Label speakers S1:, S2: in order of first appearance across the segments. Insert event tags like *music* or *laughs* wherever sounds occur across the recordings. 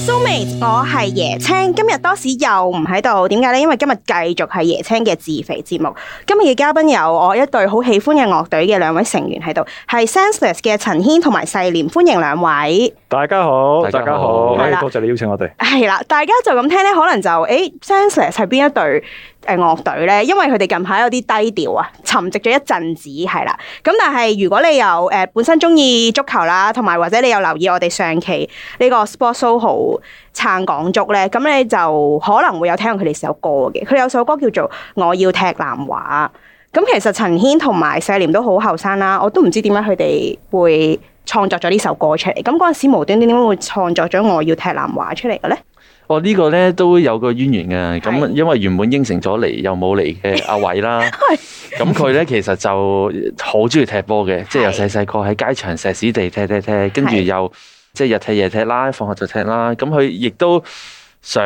S1: 我係椰青，今日多士又唔喺度，點解呢？因為今日繼續係椰青嘅自肥節目。今日嘅嘉賓有我一隊好喜歡嘅樂隊嘅兩位成員喺度，係 Senseless 嘅陳軒同埋細廉，歡迎兩位。
S2: 大家好，
S3: 大
S2: 大
S3: 家
S2: 家
S3: 好
S2: 好，
S1: 係
S2: 哎
S1: 啦
S2: 多謝你邀請我哋。
S1: 係啦，大家就咁聽呢，可能就誒、欸 Senseless 係邊一隊誒樂隊呢？因為佢哋近排有啲低調啊，沉寂咗一陣子係啦。咁但係如果你有誒、呃本身中意足球啦，同埋或者你有留意我哋上期呢個 Sport Soho 撐港足呢，咁你就可能會有聽過佢哋首歌嘅。佢哋有首歌叫做《我要踢南華》。咁其實陳軒同埋細廉都好後生啦，我都唔知點解佢哋會創作咗呢首歌出嚟。咁嗰陣時無端端點解會創作咗《我要踢南華》出嚟嘅呢？
S3: 我哦呢個咧都有個淵源嘅，
S1: 係
S3: 咁因為原本應承咗嚟又冇嚟嘅阿
S1: *laughs*
S3: 偉啦，咁佢咧其實就好中意踢波嘅，即係由
S1: 係
S3: 細細個喺街場石屎地踢踢踢，跟住
S1: 係
S3: 又即係日踢夜踢啦，放學就踢啦，咁佢亦都想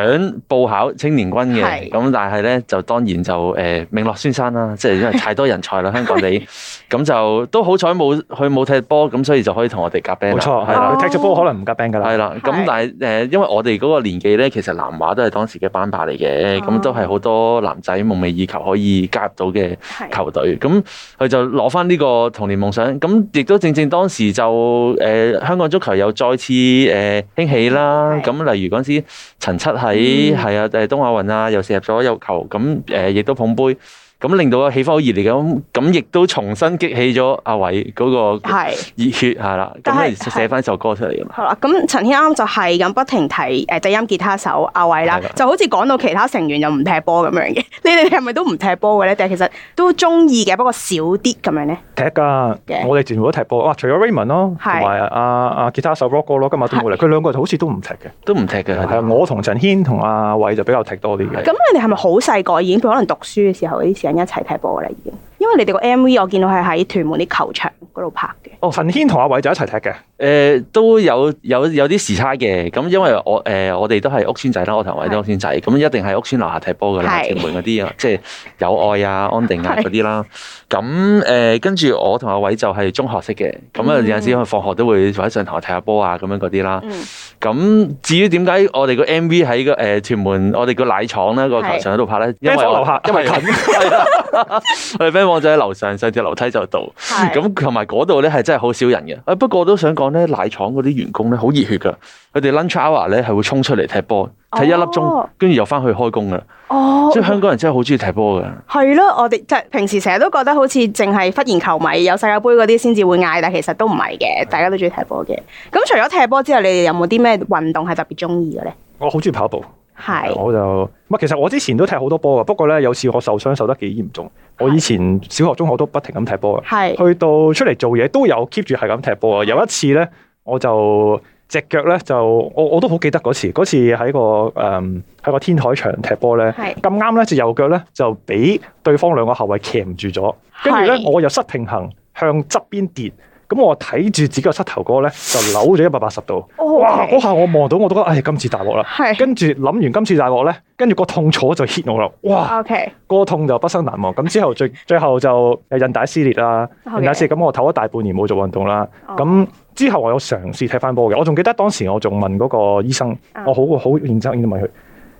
S3: 報考青年軍
S1: 係
S3: 嘅，咁但係咧就當然就誒、呃名落孫山啦，即係因為太多人才啦，
S1: *laughs*
S3: 香港你咁就都好彩冇佢冇踢波，咁所以就可以同我哋夾 band
S2: 冇
S3: 啦
S2: 錯，係
S3: 係啦
S2: 啦，
S1: 哦
S2: 佢踢咗波可能唔夾 band 噶啦。
S3: 係啦，咁
S1: 係
S3: 但係誒、呃因為我哋嗰個年紀咧，其實南華都係當時嘅班霸嚟嘅，咁、
S1: 哦
S3: 都係好多男仔夢寐以求可以加入到嘅
S1: 係
S3: 球隊。咁佢就攞翻呢個童年夢想，咁亦都正正當時就誒、呃香港足球又再次誒、呃、興起啦。
S1: 係
S3: 咁例如嗰陣時陳七喺
S1: 嗯
S3: 係啊誒東亞運啊，又射入咗入球，咁誒亦都捧杯。咁令到個氣氛好熱烈嘅，咁咁亦都重新激起咗阿偉嗰個
S1: 係。
S3: 熱血係啦，
S1: 但係
S3: 咁就寫翻首歌出嚟㗎嘛。
S1: 好啦，咁陳軒啱啱就係咁不停提誒低音吉他手阿偉啦
S3: 係啦，
S1: 就好似講到其他成員又唔踢波咁樣嘅。你哋係咪都唔踢波嘅咧？定係其實都中意嘅，不過少啲咁樣咧？
S2: 踢噶
S1: 嘅，
S2: 我哋全部都踢波。哇，除咗 Raymond 咯，
S1: 係
S2: 同埋阿阿吉他手 Rock 哥咯，今日都冇嚟。佢兩個好似都唔踢嘅。
S3: 都唔踢嘅，
S2: 係啊，我同陳軒同阿偉就比較踢多啲嘅。
S1: 咁你哋係咪好細個已經，譬如可能讀書嘅時候嗰啲時間一齊踢波嘅啦已經？因為你哋個 M V 我見到係喺屯門啲球場嗰度拍嘅。
S2: 哦，陳軒同阿偉就一齊踢嘅。
S3: 誒、呃都有有有啲時差嘅，咁因為我誒、呃我哋都係屋村仔啦，我同位
S1: 係
S3: 都屋村仔，咁一定係屋村樓下踢波噶啦，
S1: 係
S3: 屯門
S1: *laughs*
S3: 嗰啲啊，即係友愛啊、安定啊
S1: 係
S3: 嗰啲啦。咁誒、跟住我同阿偉就係中學識嘅，咁啊
S1: 嗯
S3: 有陣時佢放學都會或者上堂踢下波啊咁樣嗰啲啦。
S1: 嗯，
S3: 咁至於點解我哋個 M V 喺個誒屯門我哋個奶廠咧個球場嗰度拍咧，因為
S2: Band 房
S3: 我
S2: 樓下
S3: *laughs* 因為近，係啊 *laughs* 我哋 band 房就喺樓上，上條樓梯就到。
S1: 係。
S3: 咁同埋嗰度咧係真係好少人嘅。啊，不過我都想講咧，奶廠嗰啲員工咧好熱血㗎，佢哋 lunch hour 咧係會衝出嚟踢波，踢一粒鐘
S1: 哦，
S3: 跟住又翻去開工㗎啦。
S1: 哦
S3: 即，係香港人真係好中意踢波㗎。
S1: 係咯，我哋就係平時成日都覺得好似淨係忽然球迷有世界盃嗰啲先至會嗌，但其實都唔係嘅，大家都中意踢波嘅。咁除咗踢波之後，你哋有冇啲咩運動係特別中意嘅咧？
S2: 我好中意跑步，
S1: 係
S2: 我就唔係其實我之前都踢好多波啊。不過咧，有次我受傷受得幾嚴重，我以前小學、中學都不停咁踢波嘅。
S1: 係
S2: 去到出嚟做嘢都有 keep 住係咁踢波啊！有一次咧，我就只腳咧就我我都好記得嗰次，嗰次喺個嗯誒喺、個天台場踢波咧，
S1: 係
S2: 咁啱咧隻右腳咧就俾對方兩個後衞鉗住咗，跟住咧
S1: 係
S2: 我又失平衡向側邊跌。咁我睇住自己個膝頭哥咧，就扭咗一百八十度。
S1: 哦
S2: 哇！
S1: OK
S2: 嗰下我望到，我都覺得，唉、今次大鑊啦！
S1: 係
S2: 跟住諗完今次大鑊咧，跟住個痛楚就 hit 我啦。哇！
S1: ，OK，
S2: 個痛就不生難忘。咁之後最最後就誒韌帶撕裂啦，
S1: 好嘅
S2: 韌帶撕裂咁我唞咗大半年冇做運動啦。
S1: 哦
S2: 咁之後我有嘗試踢翻波嘅，我仲記得當時我仲問嗰個醫生，
S1: 啊
S2: 我好好認真咁問佢，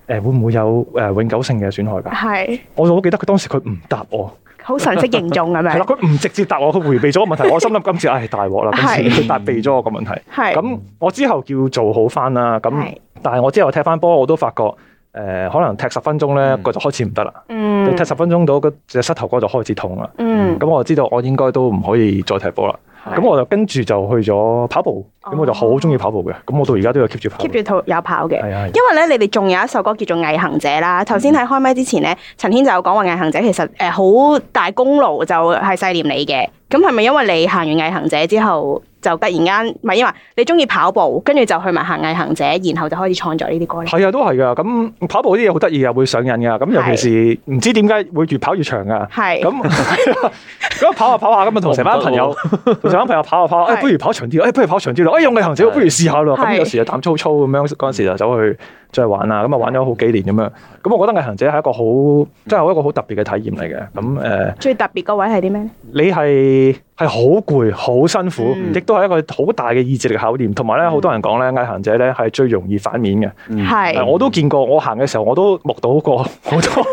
S2: 呃誒會唔會有誒永久性嘅損害㗎？
S1: 係
S2: 我仲好記得佢當時佢唔答我，
S1: 好神色凝重咁
S2: 係啦，
S1: 樣，
S2: 佢唔直接答我，佢迴避咗個問題。我心諗今次唉大
S1: *laughs*
S2: 鑊啦，今次
S3: 係
S2: 佢答避咗我個問題。
S1: 係
S2: 咁我之後叫做好翻啦，咁
S1: 係
S2: 但係我之後踢翻波我都發覺誒、呃可能踢十分鐘咧，
S3: 嗯
S2: 佢就開始唔得啦。
S1: 嗯
S2: 你踢十分鐘到，嗰隻膝頭哥就開始痛啦。
S1: 嗯
S2: 咁我就知道我應該都唔可以再踢波啦。
S1: 係
S2: 咁我就跟住就去咗跑步，咁我就好中意跑步嘅。咁我到而家都有 keep 住跑步
S1: 哦 keep。住套有跑嘅。
S2: 係啊，係啊
S1: 因為咧，你哋仲有一首歌叫做《毅行者》啦。頭
S2: 嗯
S1: 先喺開麥之前咧，陳軒就有講話《毅行者》其實呃誒好大功勞，就係細念你嘅。咁係咪因為你行完《毅行者》之後，就突然間唔係因為你中意跑步，跟住就去埋行《毅行者》，然後就開始創作呢啲歌咧？
S2: 係啊，都係噶。咁跑步啲嘢好得意啊，會上癮噶。咁尤其是唔知點解會越跑越長噶。
S1: 係
S2: 咁 *laughs* 咁跑下跑下咁啊，同成班朋友，同成班朋友跑下跑下，
S1: 係
S2: 哎誒不如跑長啲啦，誒不如跑長啲啦，誒用毅行者，
S3: 係
S2: 不如試下咯。咁
S1: 係
S2: 有時就膽粗粗咁樣，嗰陣時就走去再玩啊，咁啊玩咗好幾年咁樣。咁我覺得毅行者係一個好，真係一個好特別嘅體驗嚟嘅。咁誒、呃
S1: 最特別嗰位係啲咩咧？
S2: 你係係好攰、好辛苦，
S1: 嗯
S2: 亦都係一個好大嘅意志力嘅考驗。同埋咧，好多人講咧，毅行者咧係最容易反面嘅。
S3: 嗯
S2: 誒
S1: 係 *laughs*
S2: 我都見過，我行嘅時候我都目睹過好多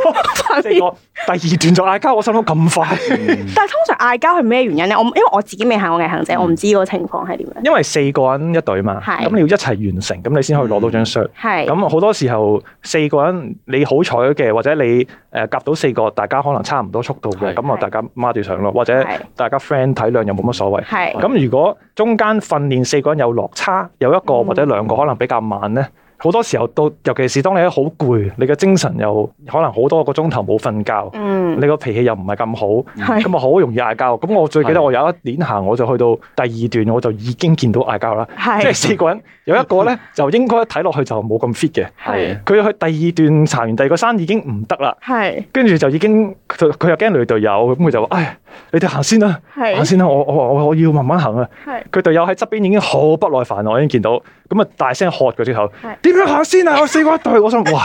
S2: 即係個第二段就嗌交，我心諗咁快。
S1: 但係通常嗌交係咩原因咧？我因為我自己未行過毅行者，我唔知個情況係點樣。
S2: 因為四個人一隊嘛，
S1: 係
S2: 咁你要一齊完成，咁你先可以攞到張 shirt。
S1: 係
S2: 嗯咁好多時候四個人你好彩嘅，或者你誒夾到四個，大家可能差唔多速度嘅，
S3: 係
S2: 咁啊
S1: 係
S2: 大家孖住上咯，或者
S1: 係
S2: 大家 friend 體諒又冇乜所謂。
S1: 係
S2: 咁如果中間訓練四個人有落差，有一個
S1: 嗯
S2: 或者兩個可能比較慢咧，好多時候到，尤其是當你好攰，你嘅精神又可能好多個鐘頭冇瞓覺。
S1: 嗯
S2: 你個脾氣又唔係咁好，
S1: 係
S2: 咁啊好容易嗌交。咁我最記得
S3: 係
S2: 我有一年行，我就去到第二段，我就已經見到嗌交啦。即係
S1: 係
S2: 四個人有一
S1: *laughs*
S2: 個咧，就應該睇落去就冇咁 fit 嘅。
S3: 係
S2: 佢去第二段行完第二個山已經唔得啦，
S1: 係
S2: 跟住就已經佢佢又驚女隊友，咁佢就話：，唉，你哋行先啦，行
S1: 係
S2: 先啦，我我我我要慢慢行啊。
S1: 係
S2: 佢隊友喺側邊已經好不耐煩啦，我已經見到，咁啊大聲喝佢之後
S1: 係，
S2: 點樣行先啊？我四個一隊，我想哇，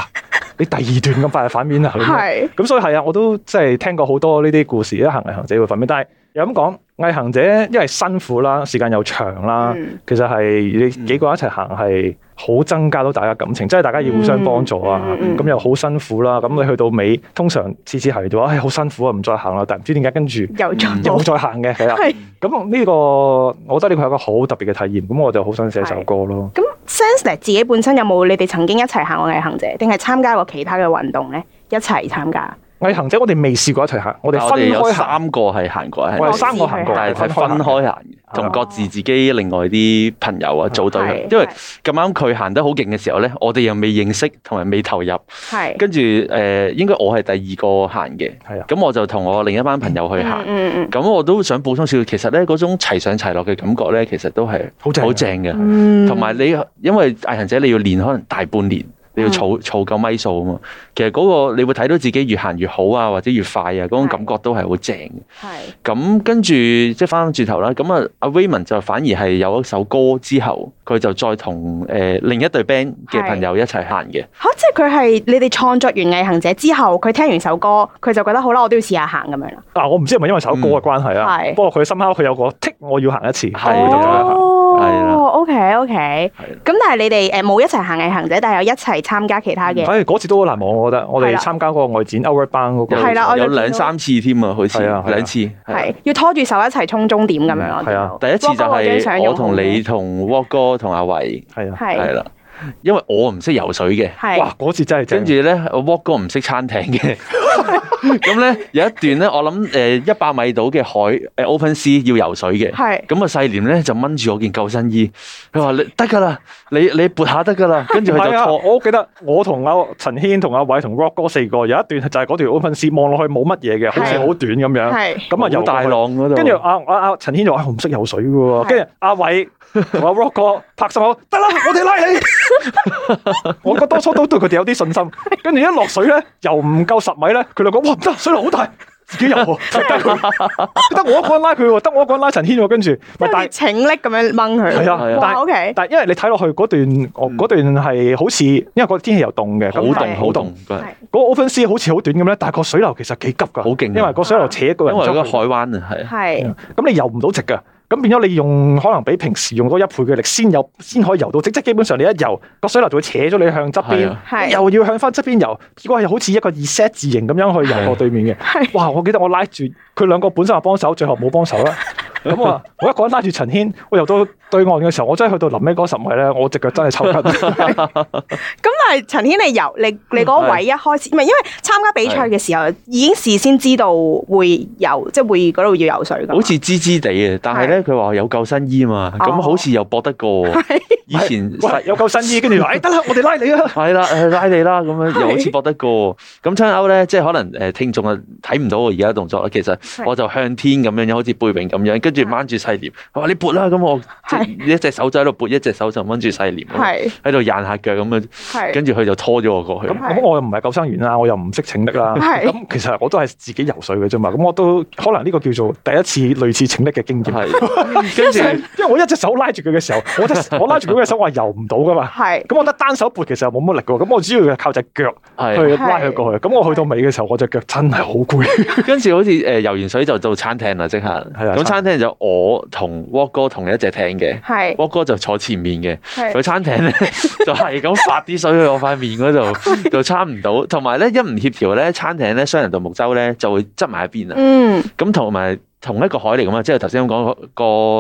S2: 你第二段咁快就反面
S1: *laughs*
S2: 啦。咁樣
S1: 係
S2: 咁所以係啊，我都即係聽過好多呢啲故事，一行毅行者會反面，但係又咁講，毅行者因為辛苦啦，時間又長啦。
S1: 嗯
S2: 其實係你幾個人一齊行係好增加到大家感情，即係大家要互相幫助啊
S1: 嗯嗯嗯，
S2: 咁又好辛苦啦。咁你去到尾，通常次次係話唉好辛苦啊，唔再行啦。但唔知點解跟住
S1: 又做
S2: 又
S1: 到
S2: 冇再行嘅，係啦。
S1: 嗯係
S2: 咁呢個我覺得呢個係一個好特別嘅體驗，咁我就好想寫首歌咯。
S1: 咁 Sense 咧自己本身有冇你哋曾經一齊行過毅行者，定係參加過其他嘅運動咧？一齊參加
S2: 毅行者我哋未試過一齊行，我哋
S3: 但我
S2: 分
S3: 哋有
S2: 開行，
S3: 三個係行過一齊
S2: 我哋
S1: 係
S2: 三個行過，
S3: 但係係分
S2: 行
S3: 開行嘅，同各自自己另外啲朋友
S1: 哦
S3: 啊組隊行，因為咁啱佢行得好勁嘅時候咧，我哋又未認識同埋未投入，
S1: 係
S3: 跟住誒、呃、應該我係第二個行嘅，
S2: 係啊，
S3: 咁我就同我另一班朋友去行
S1: 嗯。嗯
S3: 咁我都想補充少少，其實咧嗰種齊上齊落嘅感覺咧，其實都係
S2: 好正啊
S3: 好正嘅。
S1: 嗯，
S3: 同埋你因為毅行者你要練可能大半年，你要儲儲夠米數啊嘛。其實嗰個你會睇到自己越行越好啊，或者越快啊，嗰種感覺都係好正嘅。
S1: 係
S3: 咁跟住即係翻轉頭啦，咁啊阿 Raymond 就反而係有一首歌之後，佢就再同誒、呃另一隊 band 嘅朋友一齊行嘅。
S1: 嚇，即係佢係你哋創作完毅行者之後，佢聽完首歌，佢就覺得好啦，我都要試下行咁樣啦。
S2: 啊嗱我唔知係咪因為首歌嘅關係啦
S1: 嗯係，
S2: 不過佢深刻佢有個剔我要行一次，
S3: 係
S2: 會咁樣行
S3: 係啦
S1: 哦，OK OK，
S3: 係啦
S1: 咁但係你哋誒冇一齊行毅行者，但係有一齊參加其他嘅。
S3: 啊
S2: 唉，嗰次都好難忘，我覺得。我
S1: 係
S2: 哋
S1: 啦
S2: 參加嗰個外展 Outward Bound 嗰個，
S1: 係啦我就
S3: 有
S1: 見到
S3: 兩三次添啊，好似
S2: 係啊係啊
S3: 兩次。係啊
S1: 係要拖住手一齊衝終點咁樣咯。
S2: 嗯係啊
S1: 我見到
S3: 第一次就
S1: 哇嗰張相
S3: 係
S1: 用
S3: 我同你同 Walk 哥同阿偉
S2: 係啊，
S1: 係
S3: 係啦，因為我唔識游水嘅。
S1: 係
S2: 哇！嗰次真係
S3: 跟
S2: 正
S3: 住，咧，我 walk 哥唔識餐艇
S1: *laughs*
S3: 嘅，咁咧有一段咧，我諗誒一百米度嘅海誒、呃 open sea 要游水嘅，
S1: 係
S3: 咁啊細廉咧就掹住我件救生衣，佢話你得㗎啦，你你撥下得㗎啦，跟住
S2: 唔
S3: 佢
S2: 係
S3: 就
S2: 啊！
S3: 拖，
S2: 我記得我同阿陳軒、同阿偉、同 Rock 哥四個有一段就係嗰條 Open Sea 望落去冇乜嘢嘅，好似
S1: 係
S2: 好短咁樣。
S1: 係
S2: 咁啊
S3: 有
S2: 游
S3: 大
S2: 大落，
S3: 浪嗰度，
S2: 跟住阿阿阿陳軒就話哎我唔識游水嘅喎，
S1: 係
S2: 跟住阿偉同阿 Rock 哥拍心口，得啦，我哋拉
S3: *laughs*
S2: 你。我覺得當初都對佢哋有啲信心，跟住一落水咧，游唔夠十米咧，佢兩個哇唔得，水流好大。自己游
S3: *laughs*
S2: 喎，得佢，得我一個人拉佢喎，得我一個人拉陳軒喎，跟住
S1: 即係
S2: 咪
S1: 好
S2: 但
S1: 似請力咁樣掹佢。
S2: 係
S3: 係
S2: 啊
S3: 啊，
S2: 但
S1: 哇
S2: 係
S1: ，OK，
S2: 但係因為你睇落去嗰段，我
S3: 嗯
S2: 嗰段係好似因為個天氣又凍嘅，
S3: 好
S2: 咁
S1: 但
S3: 凍
S1: 係
S3: 好凍，嗰日
S1: 係
S2: 嗰個 open sea 好似好短咁咧，但係個水流其實幾急㗎，
S3: 好勁啊
S2: 因為個水流扯一個
S3: 因
S2: 人
S3: 為嗰
S2: 出
S3: 個
S2: 去
S3: 海灣啊係。
S1: 係。
S2: 咁你游唔到直㗎。咁變咗你用可能比平時用多一倍嘅力先有先可以游到直，即係基本上你一游個水流就會扯咗你向側
S3: 係啊
S1: 係
S2: 邊，又要向翻側邊游，結果係好似一個 Z 字形咁樣去游過對面
S1: *laughs* 係
S2: 嘅。哇！我記得我拉住佢兩個本身話幫手，最後冇幫手
S1: *laughs*
S2: 啦。咁啊，我一個人拉住陳軒，我游到對岸嘅時候，我真係去到臨尾嗰十米咧，我只腳真係抽筋。
S3: *laughs*
S1: 咁但係陳軒，你由你
S3: 嗯
S1: 你嗰位一開始，唔係因為參加比賽嘅時候已經事先知道會游，即係會嗰度要游水噶嘛。
S3: 好似滋滋地嘅，但係咧佢話有救生衣嘛，咁
S1: 哦
S3: 好似又搏得過喎。以前細
S2: 喂，有救生衣，跟住話：，哎，得啦，我哋拉你啊！
S3: 係啦，誒拉你啦，咁樣又好似搏得過。咁親歐咧，即係可能誒聽眾啊睇唔到我而家嘅動作啦。其實我就向天咁樣樣，好似背泳咁樣，跟住掹住細廉，我話你撥啦，咁我即係一隻手就喺度撥，一隻手就掹住細廉，
S1: 係
S3: 喺度掗下腳咁樣，
S1: 係
S3: 跟住佢就拖咗我過去
S2: 咁。咁我又唔係救生員啦，我又唔識拯溺啦。
S1: 係
S2: 咁其實我都係自己游水嘅啫嘛。咁我都可能呢個叫做第一次類似拯溺嘅經驗。
S3: 係，跟住
S2: 因為我一隻手拉住佢嘅時候，我隻我拉住佢嘅隻手我係游唔到噶嘛。
S1: 係
S2: 咁我覺得單手撥其實冇乜力嘅喎，咁我主要係靠隻腳
S3: 係，
S2: 去拉佢過去。咁我去到尾嘅時候，我隻腳真係好攰。
S3: 跟住好似誒游完水就到餐廳啦，即刻。
S2: 係啊
S3: 咁餐廳就我同 Walk 哥同一隻艇嘅
S1: 係
S3: ，Walk 哥就坐前面嘅。
S1: 係
S3: 佢餐廳咧 *laughs* 就係咁發啲水去我塊面嗰
S1: *laughs*
S3: 度，就撐唔到。同埋咧一唔協調咧，餐廳咧雙人獨木舟咧就會執埋一邊啊。
S1: 嗯
S3: 咁同埋同一個海嚟噶嘛，即係頭先咁講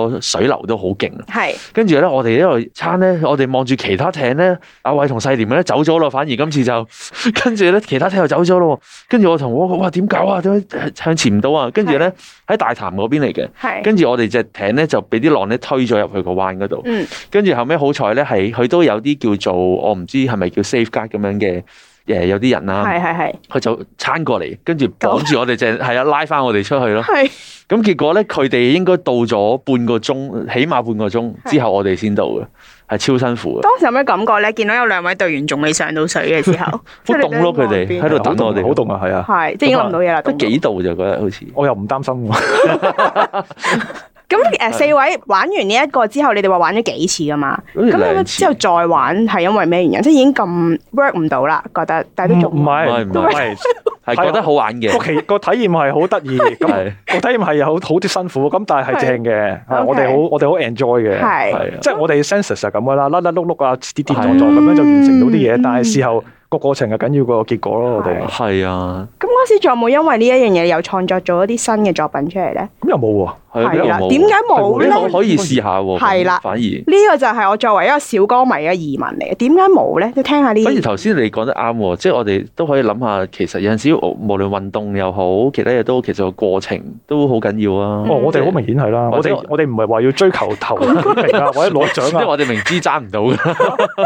S3: 個水流都好勁。啊
S1: 係
S3: 跟住咧，我哋呢度餐咧，我哋望住其他艇咧，阿偉同細廉咧走咗咯，反而今次就 *laughs* 跟住咧，其他艇又走咗咯。跟住我同我哇點搞啊？點解向前唔到啊？跟住咧喺大潭嗰邊嚟嘅，
S1: 係
S3: 跟住我哋隻艇咧就俾啲浪咧推咗入去個灣嗰度。
S1: 嗯
S3: 跟住後尾好彩咧，係佢都有啲叫做我唔知係咪叫 safeguard 咁樣嘅，誒有啲人啦、
S1: 係係係
S3: 佢就撐過嚟，跟住綁
S1: *laughs*
S3: 住我哋隻係啊，拉翻我哋出去咯。
S1: 係
S3: 咁結果咧，佢哋應該到咗半個鐘，起碼半個鐘之後，我哋先到嘅，係超辛苦嘅，
S1: 當時有咩感覺咧？見到有兩位隊員仲未上到水嘅時候，
S3: *laughs* 好凍咯！佢哋喺度等我
S2: 好
S3: 哋，
S2: 凍啊，係啊，
S1: 係即係已經諗唔到嘢啦，
S3: 得
S1: 凍到
S3: 幾度就覺得好似
S2: 我又唔擔心喎。
S1: 咁誒四位玩完呢一個之後，你哋話玩咗幾次噶嘛？
S3: 好似
S1: 咁你
S3: 兩
S1: 咪
S3: 次
S1: 之後再玩係因為咩原因？即係已經咁 work 唔到啦，覺得但係都
S2: 唔
S1: 仲
S2: 唔係
S3: 嗯唔係
S2: 唔
S3: 唔
S2: 係
S3: 係，
S2: 係
S3: 係覺得好玩嘅，
S2: 個其個體驗係好得意，咁
S3: 係
S2: 個體驗係有好好啲辛苦，咁但係係正嘅，係
S1: OK
S2: 我哋好我哋好 enjoy 嘅。
S1: 係
S3: 係啊，
S2: 即係我哋 senses 就係咁噶啦，甩甩碌碌啊，跌跌撞
S3: 係
S2: 撞咁樣就完成到啲嘢
S1: 嗯，
S2: 但係事後個過程係緊要過個結果咯，我哋
S1: 係
S3: 係啊，
S1: 咁嗰時仲有冇因為呢一樣嘢又創作咗一啲新嘅作品出嚟咧？
S2: 咁又冇喎，
S3: 係啊
S1: 係啦，
S3: 冇
S1: 點解冇
S3: 你
S1: 咧？
S3: 可可以試下喎，
S1: 係啦
S3: 反而。
S1: 呢個就係我作為一個小歌迷嘅疑問嚟嘅，點解冇咧？你聽下呢
S3: 反而
S1: 啲，
S3: 頭先你講得啱喎，即係我哋都可以諗下，其實有陣時無論運動又好，其他嘢都其實個過程都好緊要
S1: 嗯
S3: 啊。
S2: 哦，我哋好明顯係啦，我
S3: 或者
S2: 哋我哋唔係話要追求頭名
S1: *laughs*
S2: 啊，或者攞
S3: 因
S2: 獎
S3: 為
S2: 啊，
S3: 我哋明知爭唔到嘅，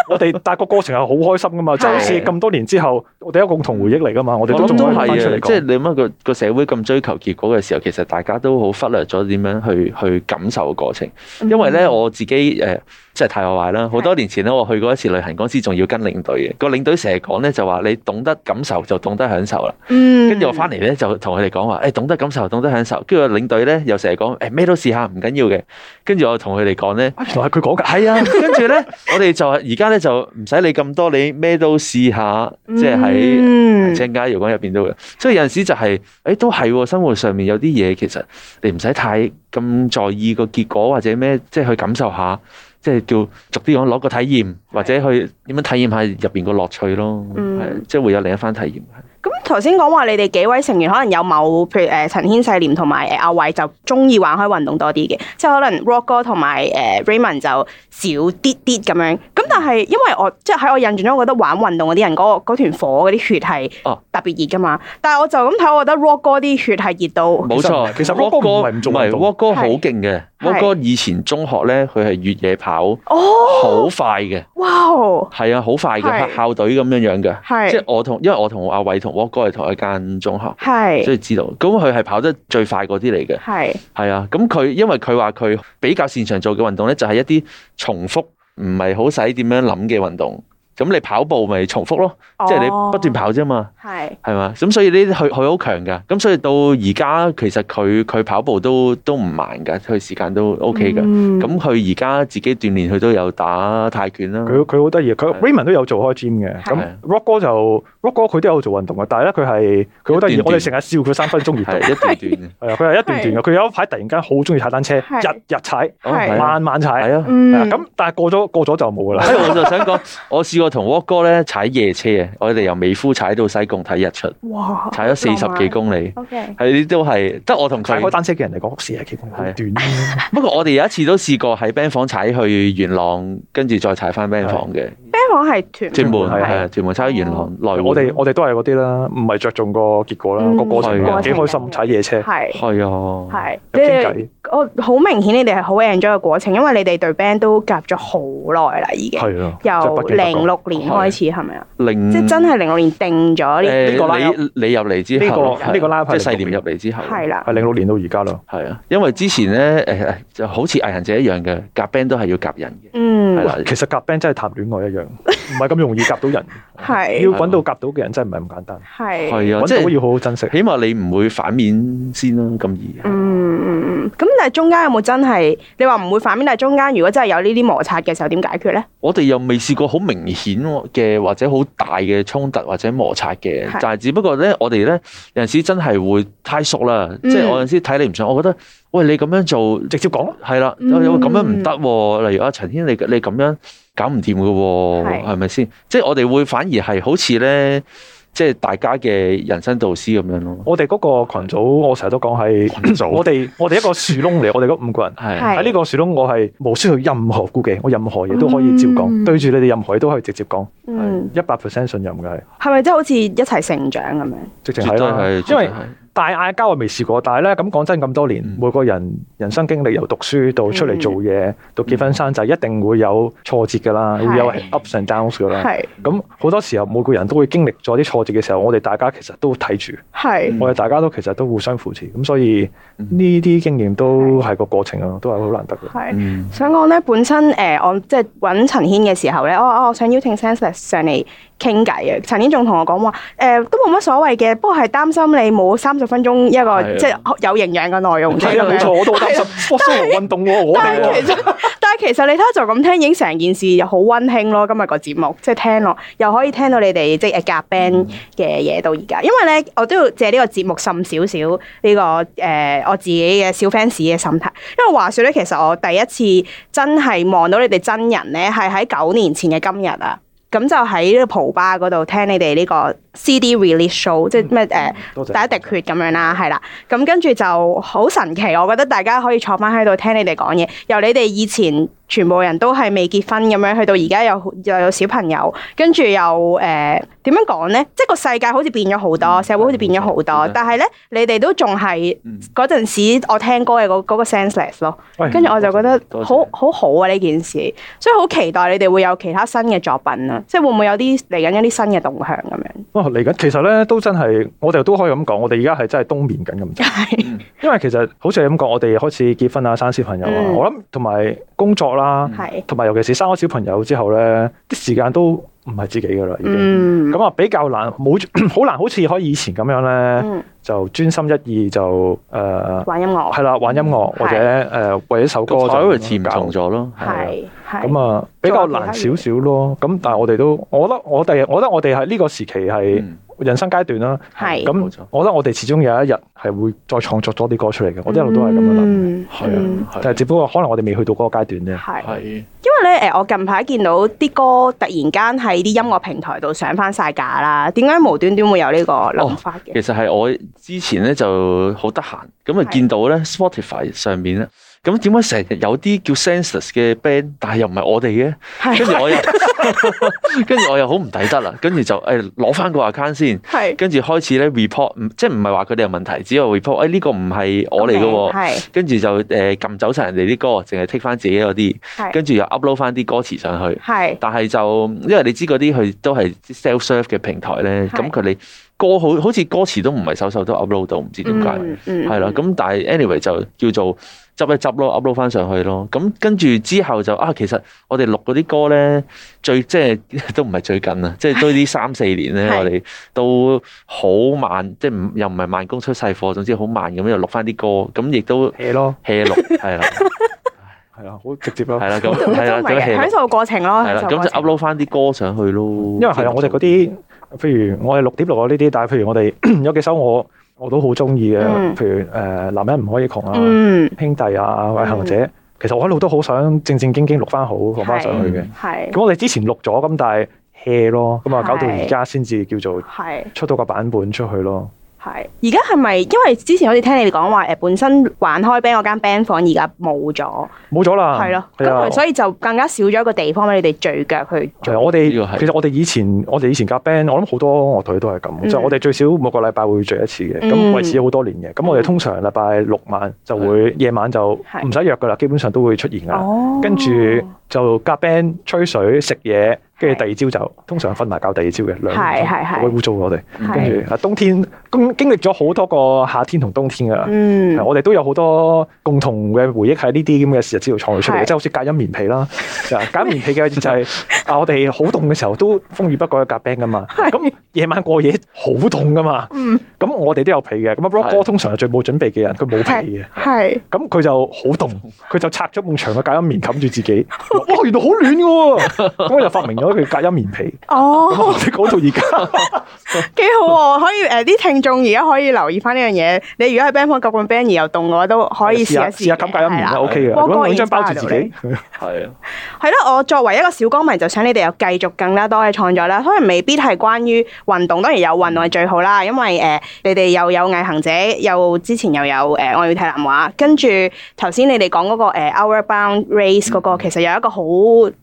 S2: 我哋但係個過程係好開心噶嘛，即係好似
S3: 係
S2: 咁多年之後，我哋有共同回憶嚟噶嘛，我哋
S3: 我
S2: 都仲
S3: 諗都
S2: 可以
S3: 係
S2: 翻出
S3: 啊
S2: 嚟。
S3: 即係
S2: 講。
S3: 你乜個個社會咁追求結果嘅時候，其實大家都好忽略咗點樣去去感受個過程。
S1: 嗯
S3: 因為咧，我自己誒、呃、真係太壞啦！好多年前咧，我去過一次旅行，嗰時仲要跟領隊嘅。個領隊成日講咧就話：你懂得感受就懂得享受啦。
S1: 嗯，
S3: 跟住我翻嚟咧，就同佢哋講話，誒、懂得感受，懂得享受。跟住個領隊咧，又成日講，誒咩都試下，唔緊要嘅。跟住我同佢哋講咧，
S2: 啊原來係佢講㗎，
S3: 係啊。跟住咧，我哋就而家咧就唔使理咁多，你咩都試下，即係喺
S1: 嗯
S3: 青街搖滾入邊都嘅。所以有陣時就係、誒、都係喎，生活上面有啲嘢其實你唔使太咁在意個結果或者咩，即係去感受下，即係叫逐啲講攞個體驗，或者去點樣體驗下入邊個樂趣咯。
S1: 嗯
S3: 係即係會有另一番體驗。
S1: 咁頭先講話你哋幾位成員可能有某譬如呃誒陳軒、細廉同埋誒呃阿偉就中意玩開運動多啲嘅，即係可能 Rock 哥同埋誒 Raymond 就少啲啲咁樣。咁但係因為我即係喺我印象中，我覺得玩運動嗰啲人嗰、個嗰團火嗰啲血係
S3: 哦
S1: 特別熱噶嘛。但係我就咁睇，我覺得 Rock 哥啲血係熱到
S3: 冇錯，
S2: 其實
S3: Walk
S2: Walk 哥唔係唔做運動
S3: Walk 哥好
S1: 係
S3: 勁嘅
S1: 係
S3: ，Walk 哥以前中學咧，佢係越野跑好
S1: 哦，
S3: 快嘅，
S1: 哇哦，
S3: 係啊，好快
S1: 係
S3: 嘅，校隊咁樣樣嘅。即係
S1: 係
S3: 我同，因為我同阿偉同 Walk 哥係同一間中學，所
S1: 係
S3: 以知道。咁佢係跑得最快嗰啲嚟嘅，
S1: 係
S3: 係啊。咁佢因為佢話佢比較擅長做嘅運動咧，就係一啲重複唔係好使點樣諗嘅運動。咁你跑步咪重複咯，即係你不斷
S1: 跑
S3: 跑啫嘛。
S1: 哦係
S3: 係嘛？咁所以呢啲佢佢好強㗎。咁所以到而家其實佢佢跑步都都唔慢㗎，佢時間都 OK 㗎。
S1: 嗯
S3: 咁佢而家自己鍛鍊，佢都有打泰拳啦。
S2: 佢佢好得意，佢
S3: 嗯係
S2: Raymond 都有做開 gym 嘅，
S1: 係
S2: 咁 Rock 哥就 Rock 哥佢都有做運動嘅，但係咧佢係佢好得意
S3: 一，段
S2: 我
S3: 段
S2: 哋成日笑佢三分鐘
S3: *laughs*
S2: 熱
S3: 係
S2: 度，
S3: 一段段嘅。
S2: 係啊，佢係一段段嘅，佢有一排突然間好中意踩單車，
S1: 係
S2: 日日踩，
S3: 哦
S1: 係
S3: 係啊
S2: 慢慢踩，
S3: 係啊。
S1: 嗯
S2: 係啊咁但係過咗過咗就冇㗎啦。
S3: 所哎以我就想講，我試過同 Walk 哥咧踩夜車啊！我哋由美孚踩到西貢睇日出，
S1: 哦哇
S3: 踩咗四十幾公里，
S1: ，OK
S3: 係呢啲都係得我同
S2: 踩
S3: 佢
S2: 開。單車嘅人嚟講，四十幾公里好短啫。
S3: 不過我哋有一次都試過喺 band 房踩去元朗，跟住再踩翻 band 房嘅
S1: ，band 房係團
S3: 屯門，
S2: 係哦
S3: 係啊，屯門踩去元朗來回。
S2: 我哋我哋都係嗰啲啦，唔係着重個結果啦，
S1: 嗯
S2: 個過程
S3: 係
S2: 啊
S3: 啊
S2: 幾開心，踩夜車，
S1: 係係，你哋
S2: 入傾
S3: 係啊，
S2: 偈，
S1: 我好明顯，你哋係好 enjoy 嘅過程，因為你哋對 band 都夾咗好耐啦，已經
S2: 係啊，真係
S1: 由
S2: 不經不覺
S1: 零六年開始係咪啊？
S3: 令
S1: 即係真係零六年定咗呢，
S3: 嗯誒
S2: 呢個拉入
S3: 你你入嚟之後，
S2: 呢個呢個拉入
S3: 即係細
S2: 係零
S3: 廉
S2: 六
S3: 入嚟之後，
S1: 係啦
S2: 係，零六年到而家啦。
S3: 係啊，因為之前咧誒就好似藝人者一樣嘅，夾 band 都係要夾人嘅，係
S1: 嗯，
S3: 啦，
S2: 其實夾 band 真係談戀愛一樣，唔係咁容易夾到人，要
S1: 係
S2: 揾到夾到嘅人真係唔係咁簡單，
S1: 係，
S3: 係啊，即
S2: 揾到
S3: 係
S2: 要好好珍惜。
S3: 起碼你唔會反面先啦，咁易。
S1: 嗯嗯嗯，咁但係中間有冇真係你話唔會反面，但係中間如果真係有呢啲摩擦嘅時候，點解決咧？
S3: 我哋又未試過好明顯嘅或者好大嘅衝突或者摩擦嘅
S1: 係，
S3: 但係只不過咧，我哋咧有陣時真係會太熟啦，
S1: 嗯
S3: 即係我有陣時睇你唔順，我覺得喂你咁樣做
S2: 直接講咯，
S3: 係啦，
S1: 嗯
S3: 有有咁樣唔得喎。例如啊，陳軒你你咁樣搞唔掂嘅
S1: 係
S3: 喎，係咪先？即係我哋會反而係好似咧，即係大家嘅人生導師咁樣咯。
S2: 我哋嗰個群組，我成日都講係 *laughs* 我哋我哋一個樹窿嚟，我哋嗰五個人。
S3: 係
S1: 係
S2: 喺呢個樹窿，我係無需要任何顧忌，我任何嘢都可以照講，
S1: 嗯
S2: 對住你哋任何嘢都可以直接講，
S1: 嗯，
S2: 一百 percent 信任嘅係，
S1: 係咪真係好似一齊成長咁樣？
S2: 直情
S3: 絕
S2: 係
S3: 對
S2: 啦。
S3: 係，絕
S2: 因
S3: 對
S2: 為
S3: 係
S2: 大嗌交我啊未試過，但係咧咁講真咁多年
S3: 嗯，
S2: 每個人人生經歷由讀書到出嚟
S1: 嗯
S2: 做嘢，到結
S3: 嗯
S2: 婚生仔，一定會有挫折㗎啦，
S1: 係
S2: 會有 ups and downs 㗎啦。
S1: 係
S2: 咁好多時候每個人都會經歷咗啲挫折嘅時候，我哋大家其實都睇住，
S1: 係
S3: 嗯
S2: 我哋大家都其實都互相扶持，咁所以
S3: 嗯
S2: 呢啲經驗都係個過程啊，都係好難得嘅。
S1: 係。
S3: 嗯
S1: 想講咧，本身誒、呃我即係揾陳軒嘅時候咧，我話哦我想邀請 Senseless 上嚟傾偈啊。陳軒仲同我講話誒，都冇乜所謂嘅，不過係擔心你冇三十分鐘一個
S3: 係啊
S1: 即係有營養嘅內容啫
S2: 係
S1: 咁
S2: 啊，冇錯，
S1: 樣。
S2: 我都好擔心。哇，雖然運動喎，我哋
S1: 但係
S2: 喎
S1: 其實， *laughs* 但係其實你睇下就咁聽，已經成件事又好温馨咯。今日個節目即係聽落，又可以聽到你哋即係夾
S2: 嗯
S1: band 嘅嘢到而家。因為咧，我都要借呢個節目滲少少呢個誒、呃我自己嘅小 fans 嘅心態。因為話説咧，其實我第一次真係望到你哋真人咧，係喺九年前嘅今日啊。咁就喺呢個蒲吧嗰度聽你哋呢個 CD release show，即係咩誒？呃
S2: 多謝
S1: 第一滴血咁樣啦，係啦，咁跟住就好神奇，我覺得大家可以坐翻喺度聽你哋講嘢，由你哋以前全部人都係未結婚咁樣，去到而家又又有小朋友，跟住又誒點樣講呢？即係個世界好似變咗好多，
S3: 嗯
S1: 社會好似變咗好
S3: 係
S1: 多
S3: 冇錯，
S1: 但係呢，你哋都仲係
S3: 嗯
S1: 嗰陣時我聽歌嘅嗰嗰個 senseless 咯，
S2: 喂
S1: 跟住我就覺得
S3: 多謝
S1: 好好好啊呢件事，所以好期待你哋會有其他新嘅作品啊，即係會唔會有啲嚟緊一啲新嘅動向咁樣？
S2: 哇，嚟緊其實咧都真係，我哋都可以咁講，我哋而家係真係冬眠緊咁滯。
S3: 嗯
S2: 因為其實好似係咁講，我哋開始結婚啊、生小朋友啊，
S1: 嗯
S2: 我諗同埋工作
S3: 嗯
S2: 啦，
S1: 係，
S2: 同埋尤其是生咗小朋友之後咧，啲時間都唔係自己噶啦，已經。
S1: 嗯，
S2: 咁啊，比較難，冇 *coughs* 好難，好似可以以前咁樣咧，
S1: 嗯
S2: 就專心一意就誒
S1: 玩音樂。
S2: 係啊啦，玩音樂
S1: 係
S2: 或者誒為一首
S3: 個
S2: 歌就
S3: priority 唔
S2: 搞
S3: 同咗咯，
S1: 係係
S2: 咁啊，比較難少少咯。咁但係我哋都，我覺得我哋，我覺得我哋係呢個時期係
S3: 嗯
S2: 人生階段啦。
S1: 係
S2: 咁
S3: 冇錯
S2: 我覺得我哋始終有一日係會再創作多啲歌出嚟嘅。我一路都係咁樣諗，
S1: 諗
S3: 係
S1: 嗯
S3: 啊，
S2: 但係
S3: 係
S2: 只不過可能我哋未去到嗰個階段啫。
S1: 係，
S3: 係
S1: 因為咧誒，我近排見到啲歌突然間喺啲音樂平台度上翻晒架啦，點解無端端會有呢個諗法嘅？
S3: 其實係我之前咧就好得閒，咁啊
S1: 係
S3: 見到咧 Spotify 上面咧，咁點解成日有啲叫 Senseless 嘅 band，但係又唔係我哋嘅？
S1: 係
S3: 跟住
S1: *laughs*
S3: 我又， *laughs* 跟住我又好唔抵得啦，跟住就誒攞翻個 account 先，
S1: 係
S3: 跟住開始咧 report，唔即係唔係話佢哋有問題，只係 report，誒呢哎個唔係我嚟嘅喎，
S1: 係
S3: 跟住就誒撳走晒人哋啲歌，淨係剔翻自己嗰啲，
S1: 係
S3: 跟住又 upload 翻啲歌詞上去，
S1: 係
S3: 但係就因為你知嗰啲佢都係 self serve 嘅平台咧，
S1: 係
S3: 咁佢哋歌好好似歌詞都唔係首首都 upload 到，唔知點解。
S1: 嗯嗯
S3: 係啦，咁但係 anyway 就叫做執一執咯，upload 翻上去咯。咁跟住之後就啊，其實我哋錄嗰啲歌咧，最 *laughs* 即係都唔係最近啊，
S1: *laughs*
S3: 即係都呢三四年咧，
S1: 係
S3: 我哋都好慢，即係唔又唔係慢工出細貨，總之好慢咁又錄翻啲歌，咁亦都
S2: 係咯，
S3: hea 錄，係啦，
S1: *laughs*
S2: 係啦，好直接咯
S3: 係。啦，啊咁
S1: 都唔
S3: 係啦，咁
S1: 係嘅，
S3: hea 錄
S1: 享，受過程咯，
S3: 係
S1: 享
S3: 啦，
S1: 受
S3: 咁
S1: 過
S3: 就
S1: 程
S3: upload 翻啲歌上去咯。因
S2: 因為係啊，我哋嗰啲，譬如我哋錄碟錄我呢啲，但係譬如我哋 *clears throat* 有幾首我我都好中意嘅
S1: 嗯，
S2: 譬如誒呃男人唔可以窮啊，
S1: 嗯
S2: 兄弟啊，或者
S1: 嗯
S2: 或者，其實我一路都好想正正經經錄翻好，放翻上去嘅。
S1: 係
S2: 咁我哋之前錄咗，咁但係 hea 咯，咁啊搞到而家先至叫做
S1: 係。
S2: 出到個版本出去咯。
S1: 係，而家係咪因為之前好似聽你哋講話誒，本身玩開 band 嗰間 band 房而家冇咗，
S2: 冇咗啦，
S1: 係咯，
S2: 係啊
S1: 咁，所以就更加少咗一個地方俾你哋聚腳去
S2: 係啊我哋
S3: 呢個係
S2: 其實我哋以前我哋以前夾 band，我諗好多樂隊都係
S1: 嗯
S2: 咁，就我哋最少每個禮拜會聚一次嘅，
S1: 嗯
S2: 咁維持咗好多年嘅。咁我哋通常禮拜六晚就會夜晚就
S1: 係
S2: 唔使約噶啦，基本上都會出現噶啦。
S1: 哦
S2: 跟住就夾 band 吹水食嘢跟住第二朝就通常瞓埋覺第二朝嘅，兩
S1: 係係係
S2: 好鬼污糟我哋。
S1: 係
S2: 跟住啊，冬天經經歷咗好多個夏天同冬天噶啦。
S1: 嗯
S2: 係，我哋都有好多共同嘅回憶喺呢啲咁嘅日子度創造出嚟
S1: 係
S2: 嘅，即係好似隔音棉被
S1: *laughs*
S2: 啦。就係隔音棉被嘅就係、啊，我哋好凍嘅時候都風雨不改嘅夾 band 噶嘛。咁夜晚過夜好凍噶嘛。
S1: 嗯，
S2: 咁我哋都有被嘅。咁啊，Rock 哥
S3: 係
S2: 通常係最冇準備嘅人，佢冇被嘅。
S1: 係
S2: 咁佢就好凍，佢就拆咗埲牆嘅隔音棉冚住
S1: *laughs*
S2: 自己。哇，原來好暖嘅喎！咁我就發明咗佢隔音棉被。咁
S1: 哦，
S2: 我哋講到而家。
S1: *laughs* 幾好喎！可以誒啲聽眾而家可以留意翻呢樣嘢。你如果喺 band 房夾緊 band 而又凍嘅話，都可以試一
S2: 試下
S1: 嘅
S2: 冚隔音棉
S1: 係
S2: 啦
S1: 啦
S3: 我
S2: ，OK 嘅。
S1: 波
S2: 如
S1: 哥
S2: 果揾
S1: inspire
S2: 張包住自
S1: 到
S2: 己
S1: 你，
S3: 係啊，
S1: 係咯，我作為一個小歌迷，就想你哋有繼續更加多嘅創作啦。可能未必係關於運動，當然有運動係最好啦，因為誒、呃你哋又有毅行者，又之前又有誒、呃我要睇南華，跟住頭先你哋講嗰個誒、呃 Outward Bound Race 嗰、個，其實有一個好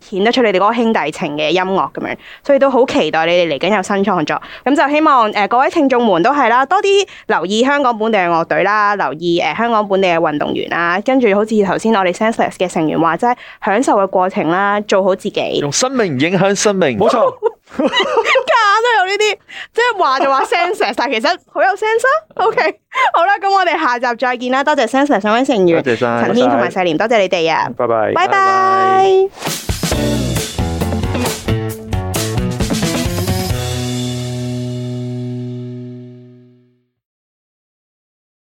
S1: 顯得出你哋嗰個兄弟情嘅音樂咁樣，所以都好期待你哋嚟緊有新創作。咁就希望誒、呃各位聽眾們都係啦，多啲留意香港本地嘅樂隊啦，留意誒、呃香港本地嘅運動員啦，跟住好似頭先我哋 Senseless 嘅成員話齋，享受嘅過程啦，做好自己。
S3: 用生命影響生命，
S2: 冇
S1: *laughs*
S2: 錯。
S1: 啊都有呢啲，即係話就話 sense，但係其實好有 sense 啊。OK，好啦，咁我哋下集再見啦。多謝 sense 上位成
S3: 多
S1: 員
S3: 謝晒
S1: 陳。軒同埋細廉，多謝你哋啊，
S2: 拜拜。
S1: 拜
S3: 拜拜
S1: 拜。